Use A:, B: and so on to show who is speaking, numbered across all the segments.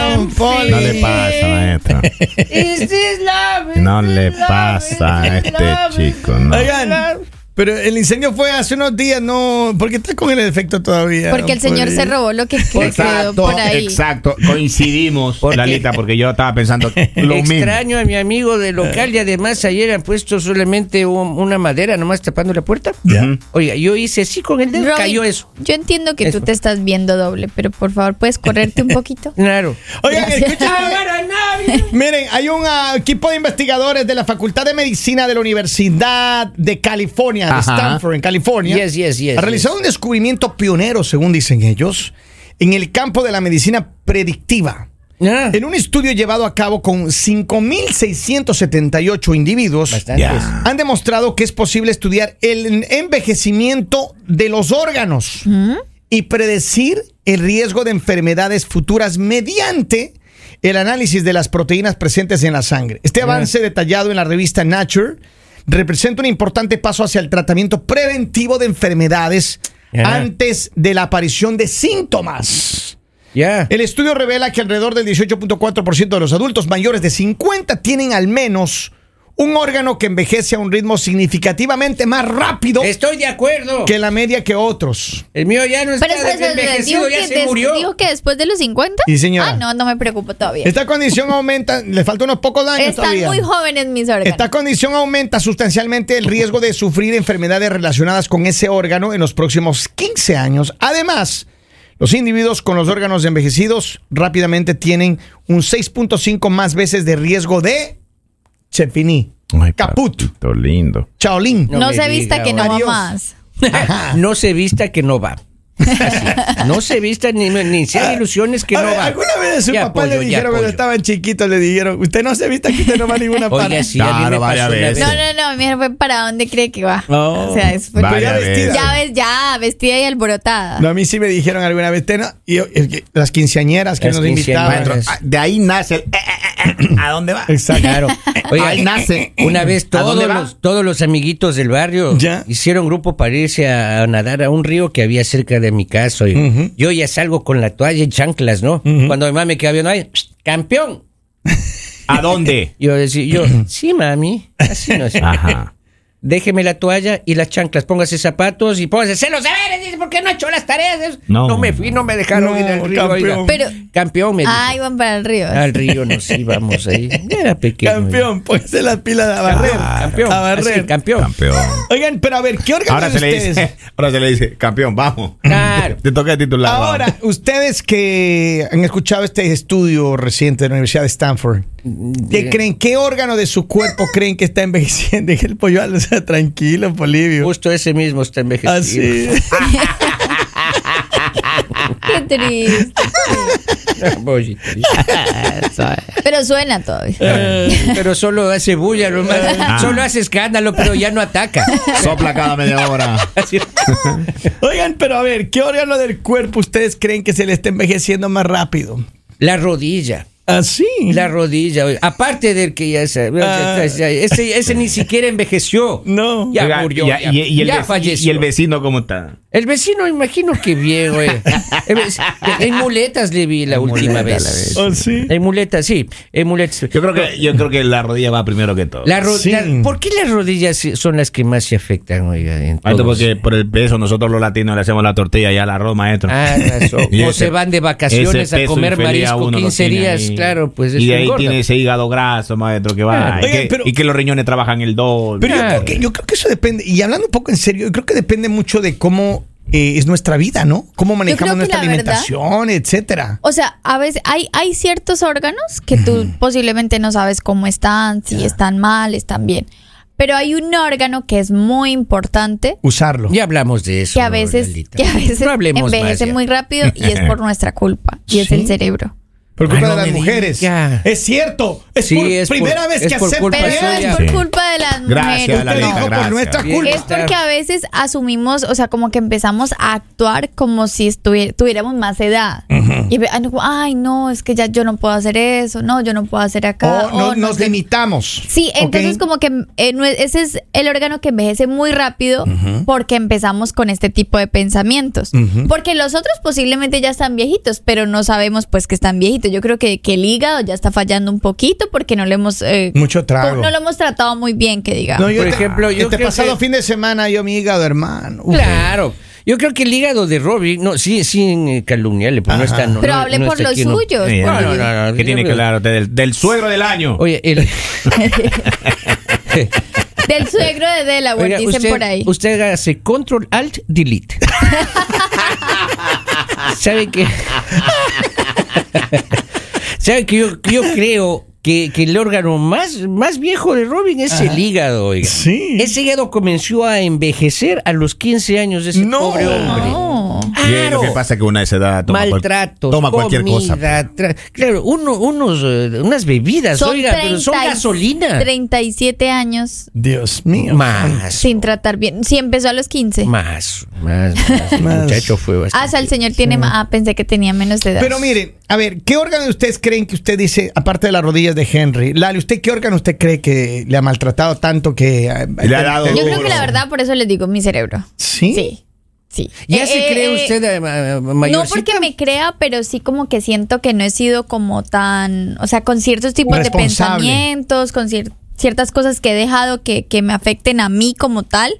A: Ay.
B: No le pasa, maestra.
A: Is this love?
B: No
A: Is
B: le
A: this love?
B: pasa a
A: Is this
B: este
A: love?
B: chico. No.
C: Oigan, pero el incendio fue hace unos días, no. porque está con el efecto todavía?
D: Porque el señor se robó lo que que quedó
B: Exacto,
D: por ahí.
B: exacto. Coincidimos, Lalita, porque yo estaba pensando lo mismo.
A: Extraño a mi amigo del local y además ayer han puesto solamente un- una madera nomás tapando la puerta.
B: Ujú.
A: Oiga, yo hice así con el dedo,
D: Robin,
A: cayó eso.
D: Yo entiendo que
A: Eso.
D: tú te estás viendo doble, pero por favor, ¿puedes correrte un poquito?
A: Claro.
C: Oigan,
D: Gracias.
C: escuchen, Miren, hay un ah, equipo de investigadores de la Facultad de Medicina de la Universidad de California, de
B: Ajá.
C: Stanford, en California.
A: Yes, yes, yes,
C: Ha realizado un descubrimiento pionero, según dicen ellos, en el campo de la medicina predictiva.
A: Ah,
C: En un estudio llevado a cabo con 5.678 individuos,
A: Bastantes.
B: Ya.
C: han demostrado que es posible estudiar el envejecimiento de los órganos y predecir el riesgo de enfermedades futuras mediante el análisis de las proteínas presentes en la sangre. Este avance detallado en la revista Nature representa un importante paso hacia el tratamiento preventivo de enfermedades
A: Ya.
C: antes de la aparición de síntomas.
A: ya.
C: El estudio revela que alrededor del 18.4% de los adultos mayores de 50 tienen al menos un órgano que envejece a un ritmo significativamente más rápido
A: Estoy de acuerdo.
C: que la media que otros.
A: El mío ya no está
D: Pero espera, espera, espera, dijo,
A: envejecido, ya
D: que
A: se
D: des-
A: murió.
D: dijo que después de los 50.
C: Sí, señora.
D: Ah, no, no me preocupo todavía.
C: Esta condición aumenta, le faltan unos pocos años
D: Están
C: todavía.
D: muy jóvenes mis órganos.
C: Esta condición aumenta sustancialmente el riesgo de sufrir enfermedades relacionadas con ese órgano en los próximos 15 años. Además, los individuos con los órganos envejecidos rápidamente tienen un 6.5 más veces de riesgo de chefiní,
B: Ay,
C: caput,
B: papito lindo.
C: chaolín.
D: no
A: No me
D: se vista
A: diga,
D: que no
C: adiós.
D: va más.
A: No se vista que no va. Así. No se vista ni, ni se haga ilusiones que
C: Ah, A
A: no
C: ver,
A: va.
C: ¿Alguna vez a su
A: Ya
C: papá
A: apoyo,
C: le
A: ya
C: dijeron cuando
A: apoyo.
C: estaban chiquitos, le dijeron, usted no se vista que usted no va a ninguna
A: Oiga,
C: parte?
A: sí, a mí
B: Claro,
A: me
B: varias
A: pasó una
B: veces.
A: vez.
D: No, no, no, mi jefe, ¿para dónde cree que va?
A: Oh.
D: O sea, es porque-
B: Vaya
C: ya vestida.
B: vez.
D: ya ves, ya, vestida y alborotada.
C: No, a mí sí me dijeron alguna vez, "Usted no", y yo- y- y- las quinceañeras que
A: Las
C: nos invitaban.
A: quinceañeras.
B: Maestro, ah, de ahí nace el. eh, eh, eh, eh, ¿A dónde va?
C: Exacto.
A: Claro. Oiga, eh,
B: Ahí nace.
A: Una vez
B: ¿A dónde
A: todos
B: va?
A: los, todos los amiguitos del barrio
C: Ya.
A: hicieron grupo para irse a, a nadar a un río que había cerca de mi casa. Y
C: Ujú.
A: Yo ya salgo con la toalla y chanclas, ¿no? Cuando mi mamá me queda viendo, ¡ay, campeón!
B: ¿A dónde?
A: Yo decía, yo, sí, mami, así no es.
B: Ajá.
A: Déjeme la toalla y las chanclas, póngase zapatos y póngase celos. A ver, dice, ¿por qué no he hecho las tareas?
B: No.
A: No, me fui, no me dejaron
C: No,
A: ir al río. oiga.
C: campeón.
D: Pero-
A: campeón me dijo.
D: Ah, iban para el río.
A: Al río nos íbamos ahí. Era pequeño.
C: Campeón, pues, póngase las pilas a barrer.
A: Claro. Campeón.
C: A barrer.
A: así, campeón.
B: Campeón.
C: Oigan, pero a ver, ¿qué órganos
B: Ahora se, le
C: ustedes?
B: dice, ahora se le dice, campeón, vamos.
A: Claro.
B: Te toca de titular. vamos.
C: Ahora, ustedes que han escuchado este estudio reciente de la Universidad de Stanford, ¿qué creen? ¿Qué órgano de su cuerpo creen que está envejeciendo? Deje el pollo al- o sea, tranquilo, Polivio. Ah,
A: Justo ese mismo está envejecido.
C: Así.
D: Qué triste.
A: Oye,
D: Pero suena todavía.
A: pero solo hace bulla, lo más-
C: Ah.
A: Solo hace escándalo, pero ya no ataca.
B: Sopla cada media hora.
A: Así-
C: Oigan, pero a ver, ¿qué órgano del cuerpo ustedes creen que se le está envejeciendo más rápido?
A: La rodilla.
C: Así.
A: La rodilla. oye. Aparte del que ya se.
C: Ah.
A: Ese, ese ni siquiera envejeció.
C: No.
A: Ya
B: Oiga,
A: murió.
B: y-
A: ya
B: y, y el
A: ya
B: vecino-
A: falleció.
B: ¿Y el vecino cómo está?
A: El vecino, imagino que bien, güey. El vec- En muletas le vi la última
B: muletas la
A: vez.
B: vez.
C: Así.
A: En muletas, sí. En muletas.
B: Yo creo que, yo creo que la rodilla va primero que todo.
A: La ro-
C: Sí.
A: la- ¿Por qué las rodillas son las que más se afectan, oiga? en
B: Maestro,
A: todos?
B: Ah, porque por el peso nosotros los latinos le hacemos la tortilla y al arroz, maestro.
A: Ah, razón.
B: Y
A: o
B: ese-
A: se van de vacaciones
B: ese
A: a
B: peso
A: comer
B: infeliz a
A: marisco
B: uno lo
A: 15
B: tiene
A: días,
B: ahí.
A: claro, pues eso
B: Y de ahí
A: engorda.
B: tiene ese hígado graso, maestro, que va.
A: Claro.
B: y,
C: Oigan,
B: que,
C: pero-
B: y que los riñones trabajan el doble.
C: Pero yo creo,
A: Claro.
C: que, yo creo que eso depende, y hablando un poco en serio, yo creo que depende mucho de cómo eh, es nuestra vida, ¿no? Cómo manejamos
D: que
C: nuestra
D: la verdad-
C: alimentación, etcétera.
D: O sea, a veces hay, hay ciertos órganos que tú posiblemente no sabes cómo están, si están mal, están bien. Pero hay un órgano que es muy importante,
C: Usarlo.
A: Ya hablamos de eso.
D: que a
A: ¿no,
D: veces,
A: Lalita?
D: que a veces
A: No hablemos
D: envejece
A: más, ya.
D: muy rápido y es por nuestra culpa, y es
C: Sí.
D: el cerebro.
C: Por culpa
A: Ay, no
C: de las
A: me
C: mujeres.
A: diga.
C: Es cierto, Es
A: Sí,
C: por
A: es por-
C: primera vez
A: es
C: que
A: por
C: acepta
A: culpa
D: Pero
A: suya.
D: no es
A: ya.
D: por
B: Sí.
D: culpa de las mujeres.
B: Gracias,
C: Pero
B: Lalita,
C: no, por
B: gracias.
C: nuestra
A: Bien.
C: culpa.
D: Es porque a veces asumimos, o sea, como que empezamos a actuar como si estuvi- tuviéramos más edad. Y ve- ay, no, ay, no, es que ya yo no puedo hacer eso, no, yo no puedo hacer acá.
C: O no-
D: oh, no
C: nos
D: sé.
C: limitamos.
D: Sí, entonces
C: ¿ok?
D: como que eh, no es- ese es el órgano que envejece muy rápido porque empezamos con este tipo de pensamientos. Porque los otros posiblemente ya están viejitos, pero no sabemos pues que están viejitos. Yo creo que, que el hígado ya está fallando un poquito porque no le hemos... eh,
C: Mucho trago.
D: No lo hemos tratado muy bien, que digamos.
C: No, yo
A: Por
C: te-
A: ejemplo, yo
C: este
A: creo
C: pasado
A: que-
C: fin de semana yo mi hígado, hermano. Uf.
A: Claro. Yo creo que el hígado de Robbie, no, sí, sin eh, calumniarle, pues no
C: Ajá.
A: está. No,
D: Pero
A: no-
D: hable
A: no
D: por
A: está
D: los
A: aquí, no.
D: suyos.
B: Sí,
A: No,
D: por-
A: no, no, no,
B: ¿Qué
A: yo
B: tiene que
A: creo-
B: hablar usted del, del suegro del año?
A: Oye, el.
D: Del suegro de Delaware,
A: Oiga,
D: dicen por ahí.
A: usted hace control alt delete. ¿Sabe que ¿Sabe que yo, que yo creo que, que el órgano más, más viejo de Robin es el hígado, oiga?
C: Sí.
A: Ese hígado comenzó a envejecer a los 15 años de ese
C: No.
A: pobre hombre.
D: No.
B: Y es Ah. lo que pasa es que una de esa edad toma, cual-
A: Maltratos,
B: toma cualquier
A: comida,
B: cosa. pues.
A: tra- claro, uno, unos, eh, unas bebidas, oiga, pero son
D: 30 y-
A: gasolina.
D: 37 años
C: Dios mío.
A: Más.
D: sin tratar bien. Sí, empezó a los 15.
A: Más, más, más. El
C: Más.
A: muchacho fue bastante.
D: Ah, o sea, el señor tiene más. Ah, pensé que tenía menos de edad.
C: Pero miren, a ver, ¿qué órgano de ustedes creen que usted dice, aparte de las rodillas de Henry? Lali, ¿usted qué órgano usted cree que le ha maltratado tanto que... eh,
B: Le ha dado
D: Yo creo
B: duro.
D: que la verdad, por eso les digo mi cerebro.
C: ¿Sí?
D: Sí. Sí.
A: ¿Ya
D: Eh,
A: se
D: eh,
A: cree
D: eh,
A: usted eh, ma- ma-
D: No
A: mayorcita?
D: porque me crea, pero sí como que siento que no he sido como tan, o sea, con ciertos tipos de
C: Responsable.
D: pensamientos, con cier- ciertas cosas que he dejado que, que me afecten a mí como tal.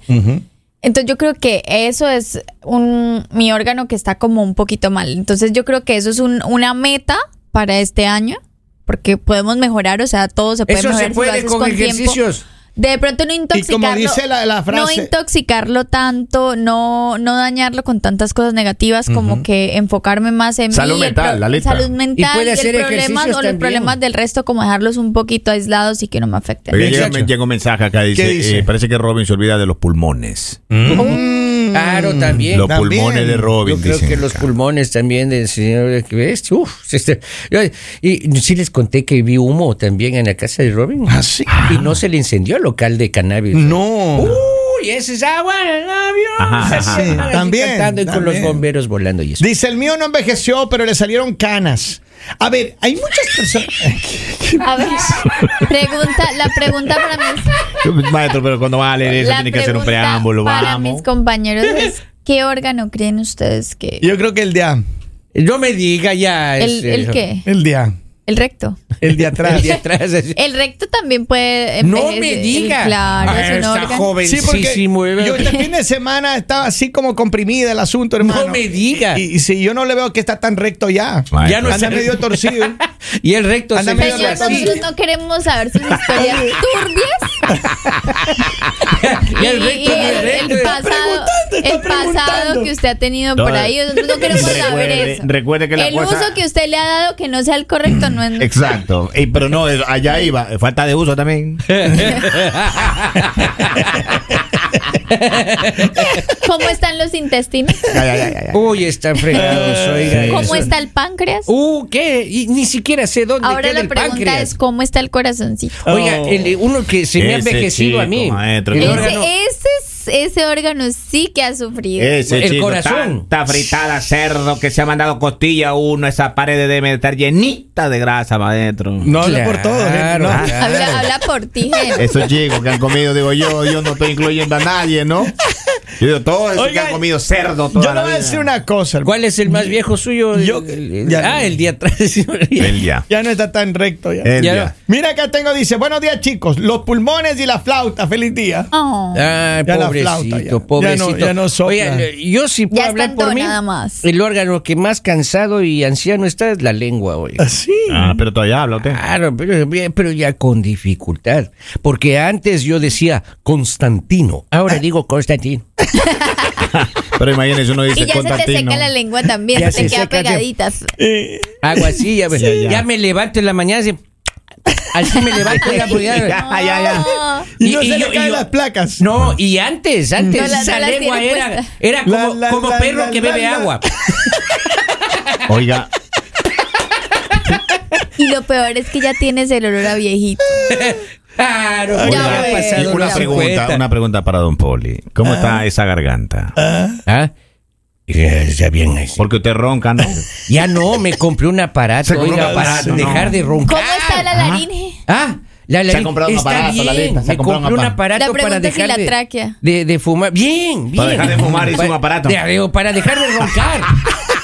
D: Entonces yo creo que eso es un mi órgano que está como un poquito mal. Entonces yo creo que eso es un- una meta para este año, porque podemos mejorar, o sea, todo se puede
A: Eso
D: mejorar si lo
A: se puede
D: haces
A: con
D: tiempo.
A: ejercicios.
D: De pronto no intoxicarlo.
C: dice la- la frase-
D: No intoxicarlo tanto, no, no dañarlo con tantas cosas negativas, como que enfocarme más en
B: Salud
D: mí, el
B: mental, la letra.
D: Salud mental
A: Y puede
D: el
A: hacer
D: problemas,
A: ejercicios
D: o los
A: también.
D: problemas del resto, como dejarlos un poquito aislados y que no me afecten.
B: pues. Oye,
C: Bien,
B: llega,
C: Chacho.
B: llega un mensaje acá, dice,
C: ¿Qué dice?
B: eh, parece que Robin se olvida de los pulmones.
D: Mm.
C: Mm.
A: Claro, Mm. también.
B: Los
C: También.
B: pulmones de Robin,
A: Yo creo
B: dicen
A: que los
B: acá.
A: pulmones también del señor que ves, uf, se está- yo- y sí les conté que vi humo también en la casa de Robin.
C: ¿Ah, sí?
A: Y no se le incendió el local de cannabis.
C: No.
A: Uy, ese es agua en el avión.
B: Ajá, ajá.
A: Así,
C: Sí,
A: así
C: también,
A: cantando y con los
C: también.
A: bomberos volando y eso.
C: Dice, el mío no envejeció, pero le salieron canas. A ver, hay muchas personas...
D: A ver, pregunta, la pregunta para mis,
B: Maestro, pero cuando vas a leer eso
D: la
B: tiene que hacer un
D: pregunta
B: preámbulo,
D: para
B: vamos.
D: mis compañeros es, ¿qué órgano creen ustedes que...
C: Yo creo que el de... a-
A: No me diga ya.
D: ¿El,
A: ese-
D: el qué?
C: El de... a-
D: El recto.
C: El de atrás.
A: El de atrás. así.
D: El recto también puede...
A: No
D: envejecer.
A: me diga.
D: Claro,
A: Ah,
D: es un
A: está
D: órgano.
C: Sí, porque
A: jovencísimo. eh,
C: yo este fin de semana estaba así como comprimida el asunto, hermano.
A: No me diga.
C: Y,
A: Y,
C: y si yo no le veo que está tan recto ya.
B: Maestro.
A: Ya no
C: Anda
A: sé.
C: medio torcido.
A: el recto
C: Anda
A: se
C: medio
A: hizo
D: Señor,
C: Dígalo
A: así.
D: nosotros no queremos saber sus historias turbias.
A: Y el recto no es
D: el- el
A: recto. es-
D: pasado, el pasado que usted ha tenido por
B: Todo-
D: ahí. Nosotros no queremos saber
B: Recuerde-
D: eso.
B: recuerde que la
D: el
B: cosa-
D: uso que usted le ha dado que no sea el correcto no es.
B: Exacto. Y, pero no, es- allá iba. Falta de uso también.
D: ¿Cómo están los intestinos?
B: Ay, ay, ay, ay.
A: Uy, están fregados, oiga.
B: Sí.
A: eso.
D: ¿Cómo está el páncreas?
A: Uh, ¿qué? Y ni siquiera sé dónde
D: Ahora
A: queda
D: la
A: el
D: pregunta
A: páncreas.
D: es ¿cómo está el corazoncito?
A: Oiga, el- uno que se me ha
B: Ese
A: envejecido
B: chico,
A: a mí.
B: maestro,
A: el
B: yo-
A: órgano- Eh,
D: Ese, ese, es- ese órgano sí que ha sufrido.
B: Ese
A: El
B: chico,
A: corazón.
B: Tanta fritada cerdo que se ha mandado costilla a uno. Esa pared debe estar llenita de grasa, maestro.
C: No habla por todo.
A: Claro,
C: ¿eh? No.
A: claro.
D: habla, habla por ti, Jen.
B: Esos chicos que han comido, digo yo, yo no estoy incluyendo a nadie, ¿no? Yo digo, todos esos que
C: Oiga,
B: han comido cerdo toda
C: Yo le
B: la
C: voy a
B: vida.
C: decir una cosa. hermano.
A: ¿Cuál es el más viejo suyo? El-
C: Yo-
A: el- el-
C: ya-
A: ah, el día atrás.
B: El ya.
C: Ya no está tan recto ya.
B: El
A: Ya
B: ya.
A: no.
C: Mira acá tengo, dice, buenos días chicos, los pulmones y la flauta, feliz día.
D: Oh.
A: Ay,
C: Ya la flauta, ya.
A: pobrecito, pobrecito.
C: Ya no- ya no sopla.
A: Oiga, yo sí puedo
D: Ya es
A: hablar
D: tanto,
A: por mí.
D: nada más.
A: El órgano que más cansado y anciano está es la lengua, oiga.
C: Así.
B: Ah, pero todavía habla usted.
A: Claro, pero, pero ya con dificultad. Porque antes yo decía Constantino, ahora digo Constantino.
B: Pero imagínese, uno dice
D: Y ya se te
B: Constantino.
D: seca la lengua también,
A: Ya
D: se te
A: se
D: queda
A: seca, ya.
D: pegaditas.
A: Hago así, ya, me-
B: Sí, ya.
A: ya me levanto en la mañana. así- Así me levanto. oiga, porque Ah, ya-
B: Ya, ya, ya.
D: No.
C: Y, no
A: Y-
C: se le
A: y yo-
C: caen
A: y yo-
C: las placas.
A: No, y antes, antes
D: No la-
A: esa
D: no la tiene
A: lengua era,
D: puesta.
A: era como,
C: La, la,
A: como
C: la,
A: perro
C: la,
A: que
C: la,
A: bebe
C: la.
A: agua.
B: Oiga.
D: Y lo peor es que ya tienes el olor a viejito.
A: Claro,
D: Ya,
A: ya ha
D: güey.
A: pasado
D: Y
A: los
D: una
B: una, pregunta,
A: 50.
B: una pregunta para Don Poli. ¿Cómo está esa garganta?
A: ¿Ah? Ya, ya bien ahí.
B: Porque usted ronca, ¿no?
A: Ya no, me compré un aparato,
B: Se compró
A: oiga,
B: un
A: para
B: aparato,
A: dejar
B: no.
A: de roncar.
D: ¿Cómo está la laringe?
A: Ah, la
E: ha
A: laringe-
E: comprado un
A: está
E: aparato, la
A: bien,
E: lista, se
A: me
E: ha comprado un
A: compré un aparato
D: La pregunta
A: para
D: es si
A: dejar
D: la
A: de,
D: tráquea.
A: de- de fumar. Bien, bien.
B: Para dejar de fumar, hizo
A: Para-
B: un aparato.
A: de- para dejar de roncar.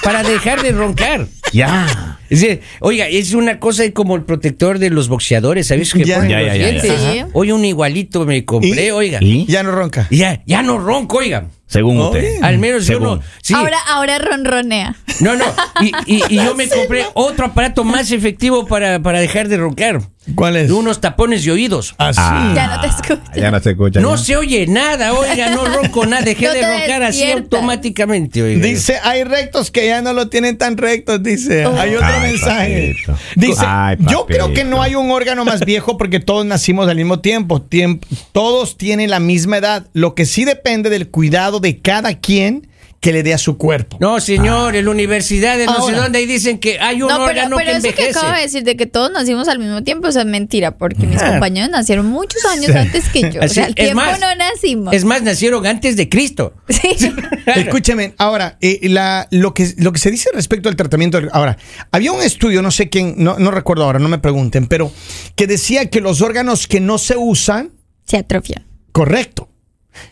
A: para dejar de roncar.
B: Ya.
A: Es decir, oiga, es una cosa como el protector de los boxeadores, ¿sabes? Que
C: Ya.
A: ponen
B: Ya,
A: los
B: ya, ya, ya.
A: dientes.
D: Ajá.
A: Hoy un igualito me compré,
C: ¿Y?
A: oiga.
B: ¿Y?
C: Ya no ronca.
A: Y Ya, ya no ronco, oiga.
B: Según
C: Oh,
B: usted.
C: bien.
A: Al menos yo
B: Según.
A: no. Sí.
D: Ahora, ahora ronronea.
A: No, no. Y, y- y yo me compré otro aparato más efectivo para, para dejar de roncar.
C: ¿Cuál es?
A: Unos tapones de oídos.
C: Así.
D: Ya no te escucho.
B: Ah, Ya no se escucha.
A: No se oye nada, oiga, no ronco nada. Dejé
D: No
A: de
D: te
A: roncar así
D: despiertas.
A: automáticamente, oiga.
C: Dice, hay rectos que ya no lo tienen tan rectos, dice.
D: Oh.
C: Hay otro
B: Ay,
C: mensaje.
B: papito.
C: Dice,
B: Ay,
C: yo creo que
B: papito.
C: no hay un órgano más viejo porque todos nacimos al mismo tiempo. Tiem- todos tienen la misma edad. Lo que sí depende del cuidado de cada quien que le dé a su cuerpo.
A: No, señor, en la universidad de no sé
C: Ahora.
A: dónde ahí dicen que hay un
D: No, pero,
A: órgano
D: pero
A: que
D: eso que
A: envejece.
D: acabo de decir de que todos nacimos al mismo tiempo, eso es mentira, porque mis
A: Ah.
D: compañeros nacieron muchos años antes que yo. O
A: Así-
D: sea, al
A: es
D: tiempo
A: más,
D: no nacimos.
A: Es más, nacieron antes de Cristo.
D: Sí.
A: Claro.
C: Escúchame, ahora, eh, la- lo, que, lo que se dice respecto al tratamiento. del- Ahora, había un estudio, no sé quién, no, no recuerdo ahora, no me pregunten, pero que decía que los órganos que no se usan,
D: Se atrofia.
C: correcto.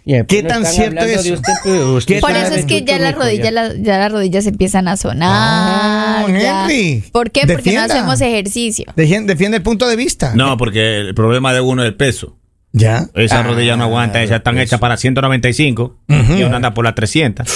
A: Ya,
C: ¿Qué
A: pues, no
C: tan
A: están
C: cierto
A: hablando
C: es?
A: de usted, pero usted
C: ¿Qué
D: Por
C: tal?
A: sabe,
D: eso es que
A: chucho,
D: ya las
A: mijo,
D: rodillas, la- ya las rodillas empiezan a sonar.
C: Ah,
D: ya.
C: Henry,
D: ¿Por qué? Porque no
C: defienda.
D: hacemos ejercicio.
C: Dejen- Defiende el punto de vista.
B: No, porque el problema de uno es el peso.
C: Ya.
B: Esa rodilla no aguanta, esas están hechas para 195 y uno anda por las 300.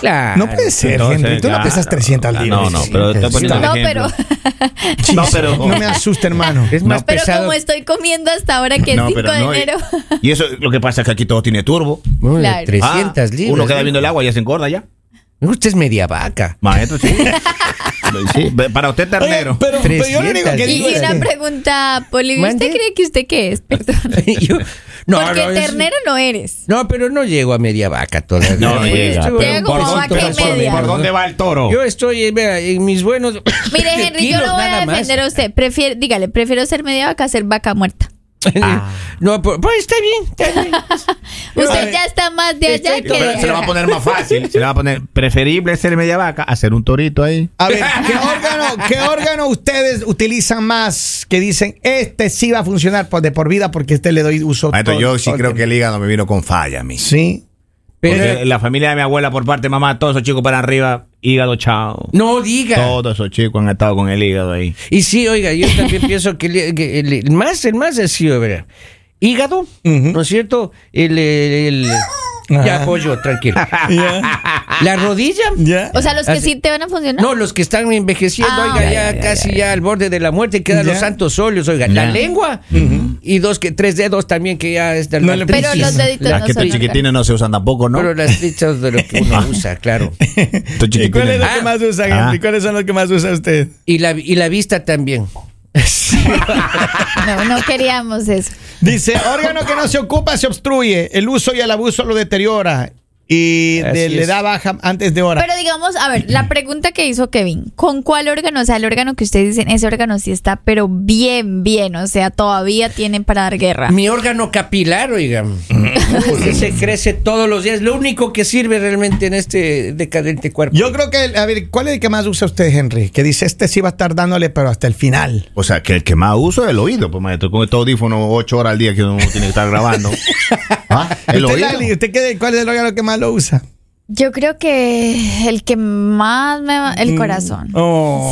A: Claro.
C: No puede ser, Henry. Tú no
B: claro,
C: pesas 300
B: claro,
C: libras.
B: No, no, pero te estoy poniendo
D: No,
B: el ejemplo.
D: pero,
B: No, pero.
C: No me asusta, hermano.
A: Es más
D: pero
A: pesado.
D: como estoy comiendo hasta ahora que
B: No,
D: es 5
B: pero
D: de
B: no, y-
D: enero.
B: Y eso lo que pasa es que aquí todo tiene turbo.
A: Bueno, de
D: Claro.
A: 300
B: Ah,
A: libras. ¿eh?
B: Uno queda
A: ¿no?
B: viendo el agua y ya se engorda ya.
A: Usted es media vaca.
B: Maestro, sí. Sí, ve- Para usted ternero.
C: pero, pero yo lo único que
A: 300
D: Y
C: digo es
D: una
C: que-
D: pregunta, Poli,
A: Mande.
D: ¿usted cree que usted qué es? Perdón.
A: Yo- no,
D: Porque
A: no, es-
D: ternero no eres.
A: No, pero no llego a media vaca todavía.
B: No, no
A: Yo
B: llega,
A: estoy-
B: pero-
D: Llega como
B: ¿por
D: vaca y
B: dónde- por-
D: media.
B: ¿Por dónde va el toro?
A: Yo estoy eh, vea, en mis buenos.
D: Mire, Henry, yo
A: kilos
D: lo voy a
A: nada más.
D: defender a usted. Prefiere, dígale, prefiero ser media vaca a ser vaca muerta.
B: Ah.
A: No, pero- pues está bien, está bien.
D: Usted ya está más de allá que de
B: Pero se lo va a
D: acá.
B: poner más fácil. Se le va a poner preferible ser media vaca a ser un torito ahí.
C: A ver, ¿qué órgano, ¿qué órgano ustedes utilizan más que dicen este sí va a funcionar por, de por vida porque este le doy uso
E: Maestro,
C: todo-
E: yo sí
C: todo el
E: creo que
C: tiempo?
E: el hígado me vino con falla a mí.
C: Sí.
A: Pero,
B: Porque la familia de mi abuela por parte de mamá, todos esos chicos para arriba, hígado chao.
A: no diga.
B: Todos esos chicos han estado con el hígado ahí.
A: Y sí, oiga, yo también pienso que, el, que el- el más, el más ha sido, ¿verdad? Hígado, ¿no es cierto? El, el- el- ya
C: Ajá.
A: apoyo, tranquilo. La rodilla.
C: ¿Ya?
D: O sea, los que
A: Así-
D: sí te van a funcionar.
A: No, los que están envejeciendo,
D: Ah.
A: oiga, ya,
D: Ya,
A: casi ya, al borde de la muerte, quedan
C: Ya.
A: los santos óleos, oiga, la
B: Ya.
A: lengua y dos que tres dedos también que ya es de
C: No
A: la
C: le
A: artritis.
D: pero los deditos
E: Las
D: no
E: que
D: son
E: estos chiquitines no se usan tampoco, ¿no?
A: Pero las trichas de lo que uno usa, claro.
E: Estos
C: ¿Y cuáles
E: chiquitines.
C: son los
A: Ah.
C: que más usan,
E: Ah.
C: Henry? ¿Cuáles son los que más usa usted?
A: Y la, y la vista también.
D: No, no queríamos eso.
C: Dice, órgano que no se ocupa se obstruye, el uso y el abuso lo deteriora y
A: Así
C: de- le
A: es.
C: da baja antes de hora.
D: Pero digamos, a ver, la pregunta que hizo Kevin, ¿con cuál órgano? O sea, el órgano que ustedes dicen, ese órgano sí está, pero bien, bien, o sea, todavía tienen para dar guerra.
A: Mi órgano capilar, oiga. se crece todos los días. Lo único que sirve realmente en este decadente cuerpo.
C: Yo creo que, el- a ver, ¿cuál es el que más usa usted, Henry? Que dice, este sí va a estar dándole, pero hasta el final.
E: O sea, que el que más uso es el oído, pues maestro, con estos audífonos ocho horas al día que uno tiene que estar grabando. Ah, El
C: ¿Usted,
E: oído.
C: Lali, ¿usted qué- cuál es el órgano que más lo usa?
D: Yo creo que el que más me va,
A: Mm,
D: el corazón.
C: Oh.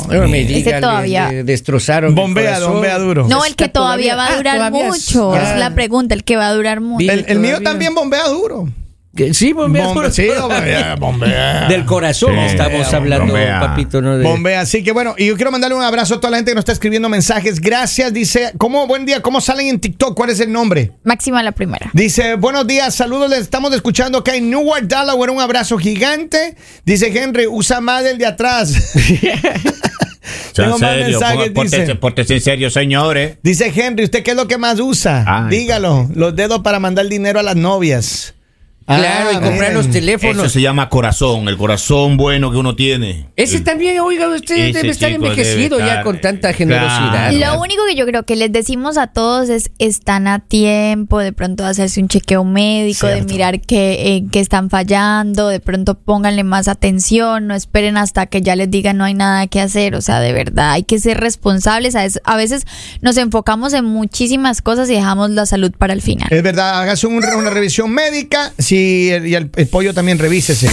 D: Sí.
A: No me diga, le-
D: todavía-
A: le destrozaron. el
C: Bombea,
A: corazón.
C: bombea duro.
D: No, el que
A: Está todavía-
D: todavía va a
A: ah,
D: durar
A: todavía es-
D: mucho.
A: ah.
D: Es la pregunta, el que va a durar mucho.
C: El, el mío
A: todavía.
C: también bombea duro.
A: Que- Sí, bombea.
C: Bombe-
A: duro.
C: sí, bombea, bombea.
A: Del corazón
E: Sí,
A: estamos hablando,
E: bombea.
A: papito, ¿no? De-
C: Bombea, así que bueno, y yo quiero mandarle un abrazo a toda la gente que nos está escribiendo mensajes. Gracias, dice, ¿cómo, buen día, cómo salen en TikTok? ¿Cuál es el nombre?
D: Máxima la primera.
C: Dice, buenos días, saludos, les estamos escuchando acá en Newark, Delaware, un abrazo gigante. Dice Henry, usa más el de atrás.
B: Sean
C: Tengo más
B: serios,
C: mensajes,
B: pongan- pórtense,
C: dice.
B: pórtense en serio, señores.
C: Dice Henry, ¿usted qué es lo que más usa?
B: Ay,
C: Dígalo, los dedos para mandar dinero a las novias.
A: Claro, y
C: Ah,
A: comprar
C: bien.
A: los
E: Eso
A: teléfonos.
E: se llama corazón, el corazón bueno que uno tiene.
A: Ese también, oiga, usted
E: Ese
A: debe estar
E: chico
A: envejecido
E: debe
A: ya
E: estar-
A: con tanta generosidad.
E: Claro.
D: Lo único que yo creo que les decimos a todos es están a tiempo de pronto de hacerse un chequeo médico, de
C: Cierto.
D: mirar que, están fallando, de pronto pónganle más atención, no esperen hasta que ya les digan no hay nada que hacer, o sea, de verdad hay que ser responsables, a veces, a veces nos enfocamos en muchísimas cosas y dejamos la salud para el final.
C: Es verdad, hágase un- una revisión médica sí, el- y el, el pollo también revísese.